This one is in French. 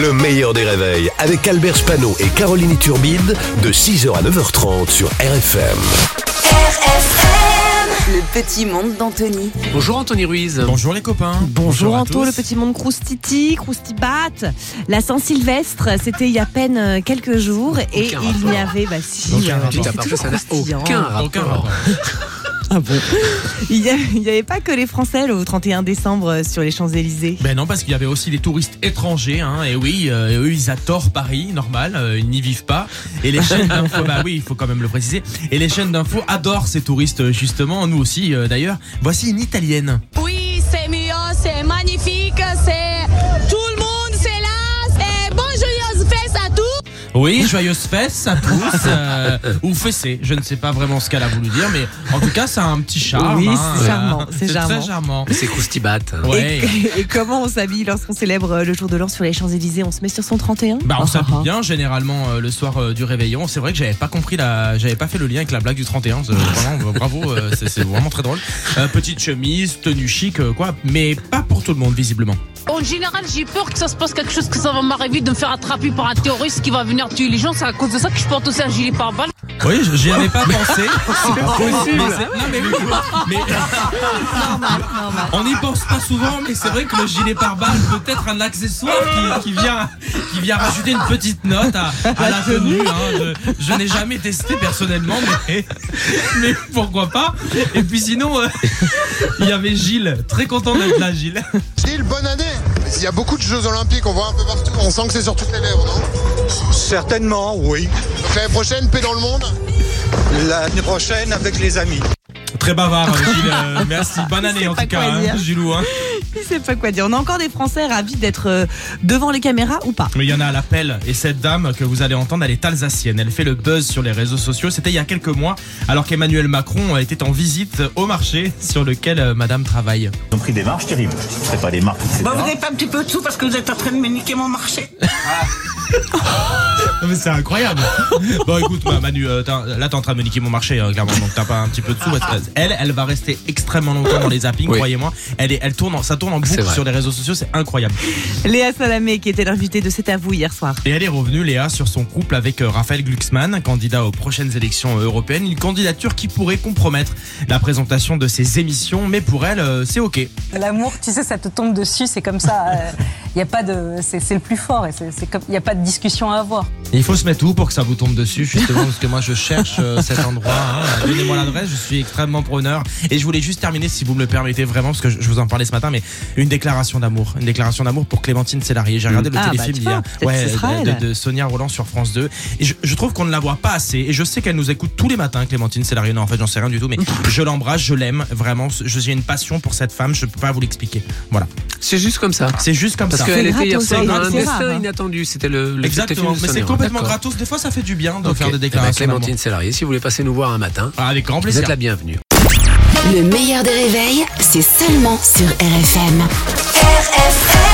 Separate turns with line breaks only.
Le meilleur des réveils avec Albert Spano et Caroline Turbide de 6h à 9h30 sur RFM.
RFM,
Le petit monde d'Anthony.
Bonjour Anthony Ruiz.
Bonjour les copains.
Bonjour,
à
Anto,
tous.
le petit monde croustiti, croustibat. La Saint-Sylvestre, c'était il y a à peine euh, quelques jours et
Aucun
il n'y avait, bah si,
Aucun rapport.
c'est
Petit aparté,
toujours
ça n'a
croustillant. hein.
aucun rapport.
Aucun rapport.
Il n'y avait, il y avait pas que les Français le 31 décembre euh, sur les Champs-Élysées.
Ben non, parce qu'il y avait aussi des touristes étrangers, hein, et oui, euh, et eux ils adorent Paris, normal, euh, ils n'y vivent pas. Et les chaînes d'infos, bah oui, il faut quand même le préciser. Et les chaînes d'infos adorent ces touristes, euh, justement, nous aussi euh, d'ailleurs. Voici une italienne.
Oui, c'est mieux, c'est magnifique, c'est tout le monde, c'est là, c'est bonjour fête à tout.
Oui, joyeuse fesse, ça pousse, euh, ou fessée, je ne sais pas vraiment ce qu'elle a voulu dire, mais en tout cas, ça a un petit charme.
Oui,
hein,
c'est charmant, c'est
très
charmant.
charmant.
C'est Croustibat.
Ouais.
Et, et comment on s'habille lorsqu'on célèbre euh, le jour de l'an sur les Champs-Élysées On se met sur son 31
Bah on
Ah,
s'habille
ah,
bien généralement euh, le soir euh, du réveillon. C'est vrai que j'avais pas compris la, j'avais pas fait le lien avec la blague du 31. Euh, vraiment, euh, bravo, euh, c'est c'est vraiment très drôle. Euh, petite chemise, tenue chic, euh, quoi, mais pas pour tout le monde visiblement.
En général, j'ai peur que ça se passe quelque chose, que ça va m'arriver de me faire attraper par un terroriste qui va venir tuer les gens. C'est à cause de ça que je porte aussi un gilet pare-balles.
Oui, j- j'y avais pas pensé. Ah, C'est pas possible. Non mais oui, mais
ah. Normal, normal.
on n'y pense pas souvent, mais c'est vrai que le gilet pare-balles peut être un accessoire qui, qui vient, qui vient rajouter une petite note à, à la tenue. hein. Je, je n'ai jamais testé personnellement, mais, mais pourquoi pas Et puis sinon, euh, il y avait Gilles, très content d'être là, Gilles.
Gilles, bonne année Il y a beaucoup de Jeux Olympiques, on voit un peu partout, on sent que c'est sur toutes les lèvres, non
Certainement, oui.
Donc l'année prochaine, paix dans le monde
L'année prochaine avec les amis.
Très bavard, Gilles. merci. Bonne
année, en pas tout cas, quoi hein, dire.
Gilou.
Je sais pas quoi dire. On a encore des Français ravis d'être euh, devant les caméras ou pas
Mais il y en a à l'appel. Et cette dame que vous allez entendre, elle est alsacienne. Elle fait le buzz sur les réseaux sociaux. C'était il y a quelques mois, alors qu'Emmanuel Macron était en visite au marché sur lequel euh, madame travaille.
Ils ont pris des marches terribles. Ce pas des marques, etc.
n'êtes un petit peu tout parce que vous êtes en train de me niquer mon marché.
Ah. Non, mais c'est incroyable. bon, écoute, bah, Manu, euh, t'as- là, t'es en train de me niquer mon marché, euh, clairement. Donc, t'as pas un petit peu de sous. parce que elle, elle va rester extrêmement longtemps dans les zappings,
Oui.
croyez-moi. Elle, est- elle tourne, en- ça tourne en boucle
vrai.
sur les réseaux sociaux, c'est incroyable.
Léa Salamé, qui était l'invitée de cet à vous hier soir.
Et elle est revenue, Léa, sur son couple avec euh, Raphaël Glucksmann, candidat aux prochaines élections euh, européennes. Une candidature qui pourrait compromettre la présentation de ses émissions, mais pour elle, euh, c'est OK.
L'amour, tu sais, ça te tombe dessus, c'est comme ça. Il y a pas de, c'est c'est le plus fort et c'est c'est comme, il n'y a pas de discussion à avoir.
Et il faut se mettre où pour que ça vous tombe dessus, justement, parce que moi je cherche euh, cet endroit. hein. Donnez-moi l'adresse, je suis extrêmement preneur. Et je voulais juste terminer, si vous me le permettez vraiment, parce que je, je vous en parlais ce matin, mais une déclaration d'amour. Une déclaration d'amour pour Clémentine Sélarié. J'ai regardé le
Ah, bah,
téléfilm
tu vois,
hier
peut-être que ce sera
de,
elle.
de Sonia Roland sur France 2. Et je, je trouve qu'on ne la voit pas assez. Et je sais qu'elle nous écoute tous les matins, Clémentine Sélarié. Non, en fait, j'en sais rien du tout, mais je l'embrasse, je l'aime vraiment. Je- J'ai une passion pour cette femme, je peux pas vous l'expliquer. Voilà.
C'est juste comme ça.
C'est juste comme
Parce
ça.
qu'elle
C'est
était hier
gratos,
soir
c'est
dans un
gratos, c'est
destin
rare, hein.
inattendu. C'était le, le
Exactement, mais c'est complètement gratos. Des fois, ça fait du bien de
de
faire des déclarations. d'amour.
Eh ben, Clémentine Salarié, si vous voulez passer nous voir un matin,
Ah, Avec grand
vous
plaisir.
êtes la bienvenue.
Le meilleur des réveils, c'est seulement sur RFM.
RFM.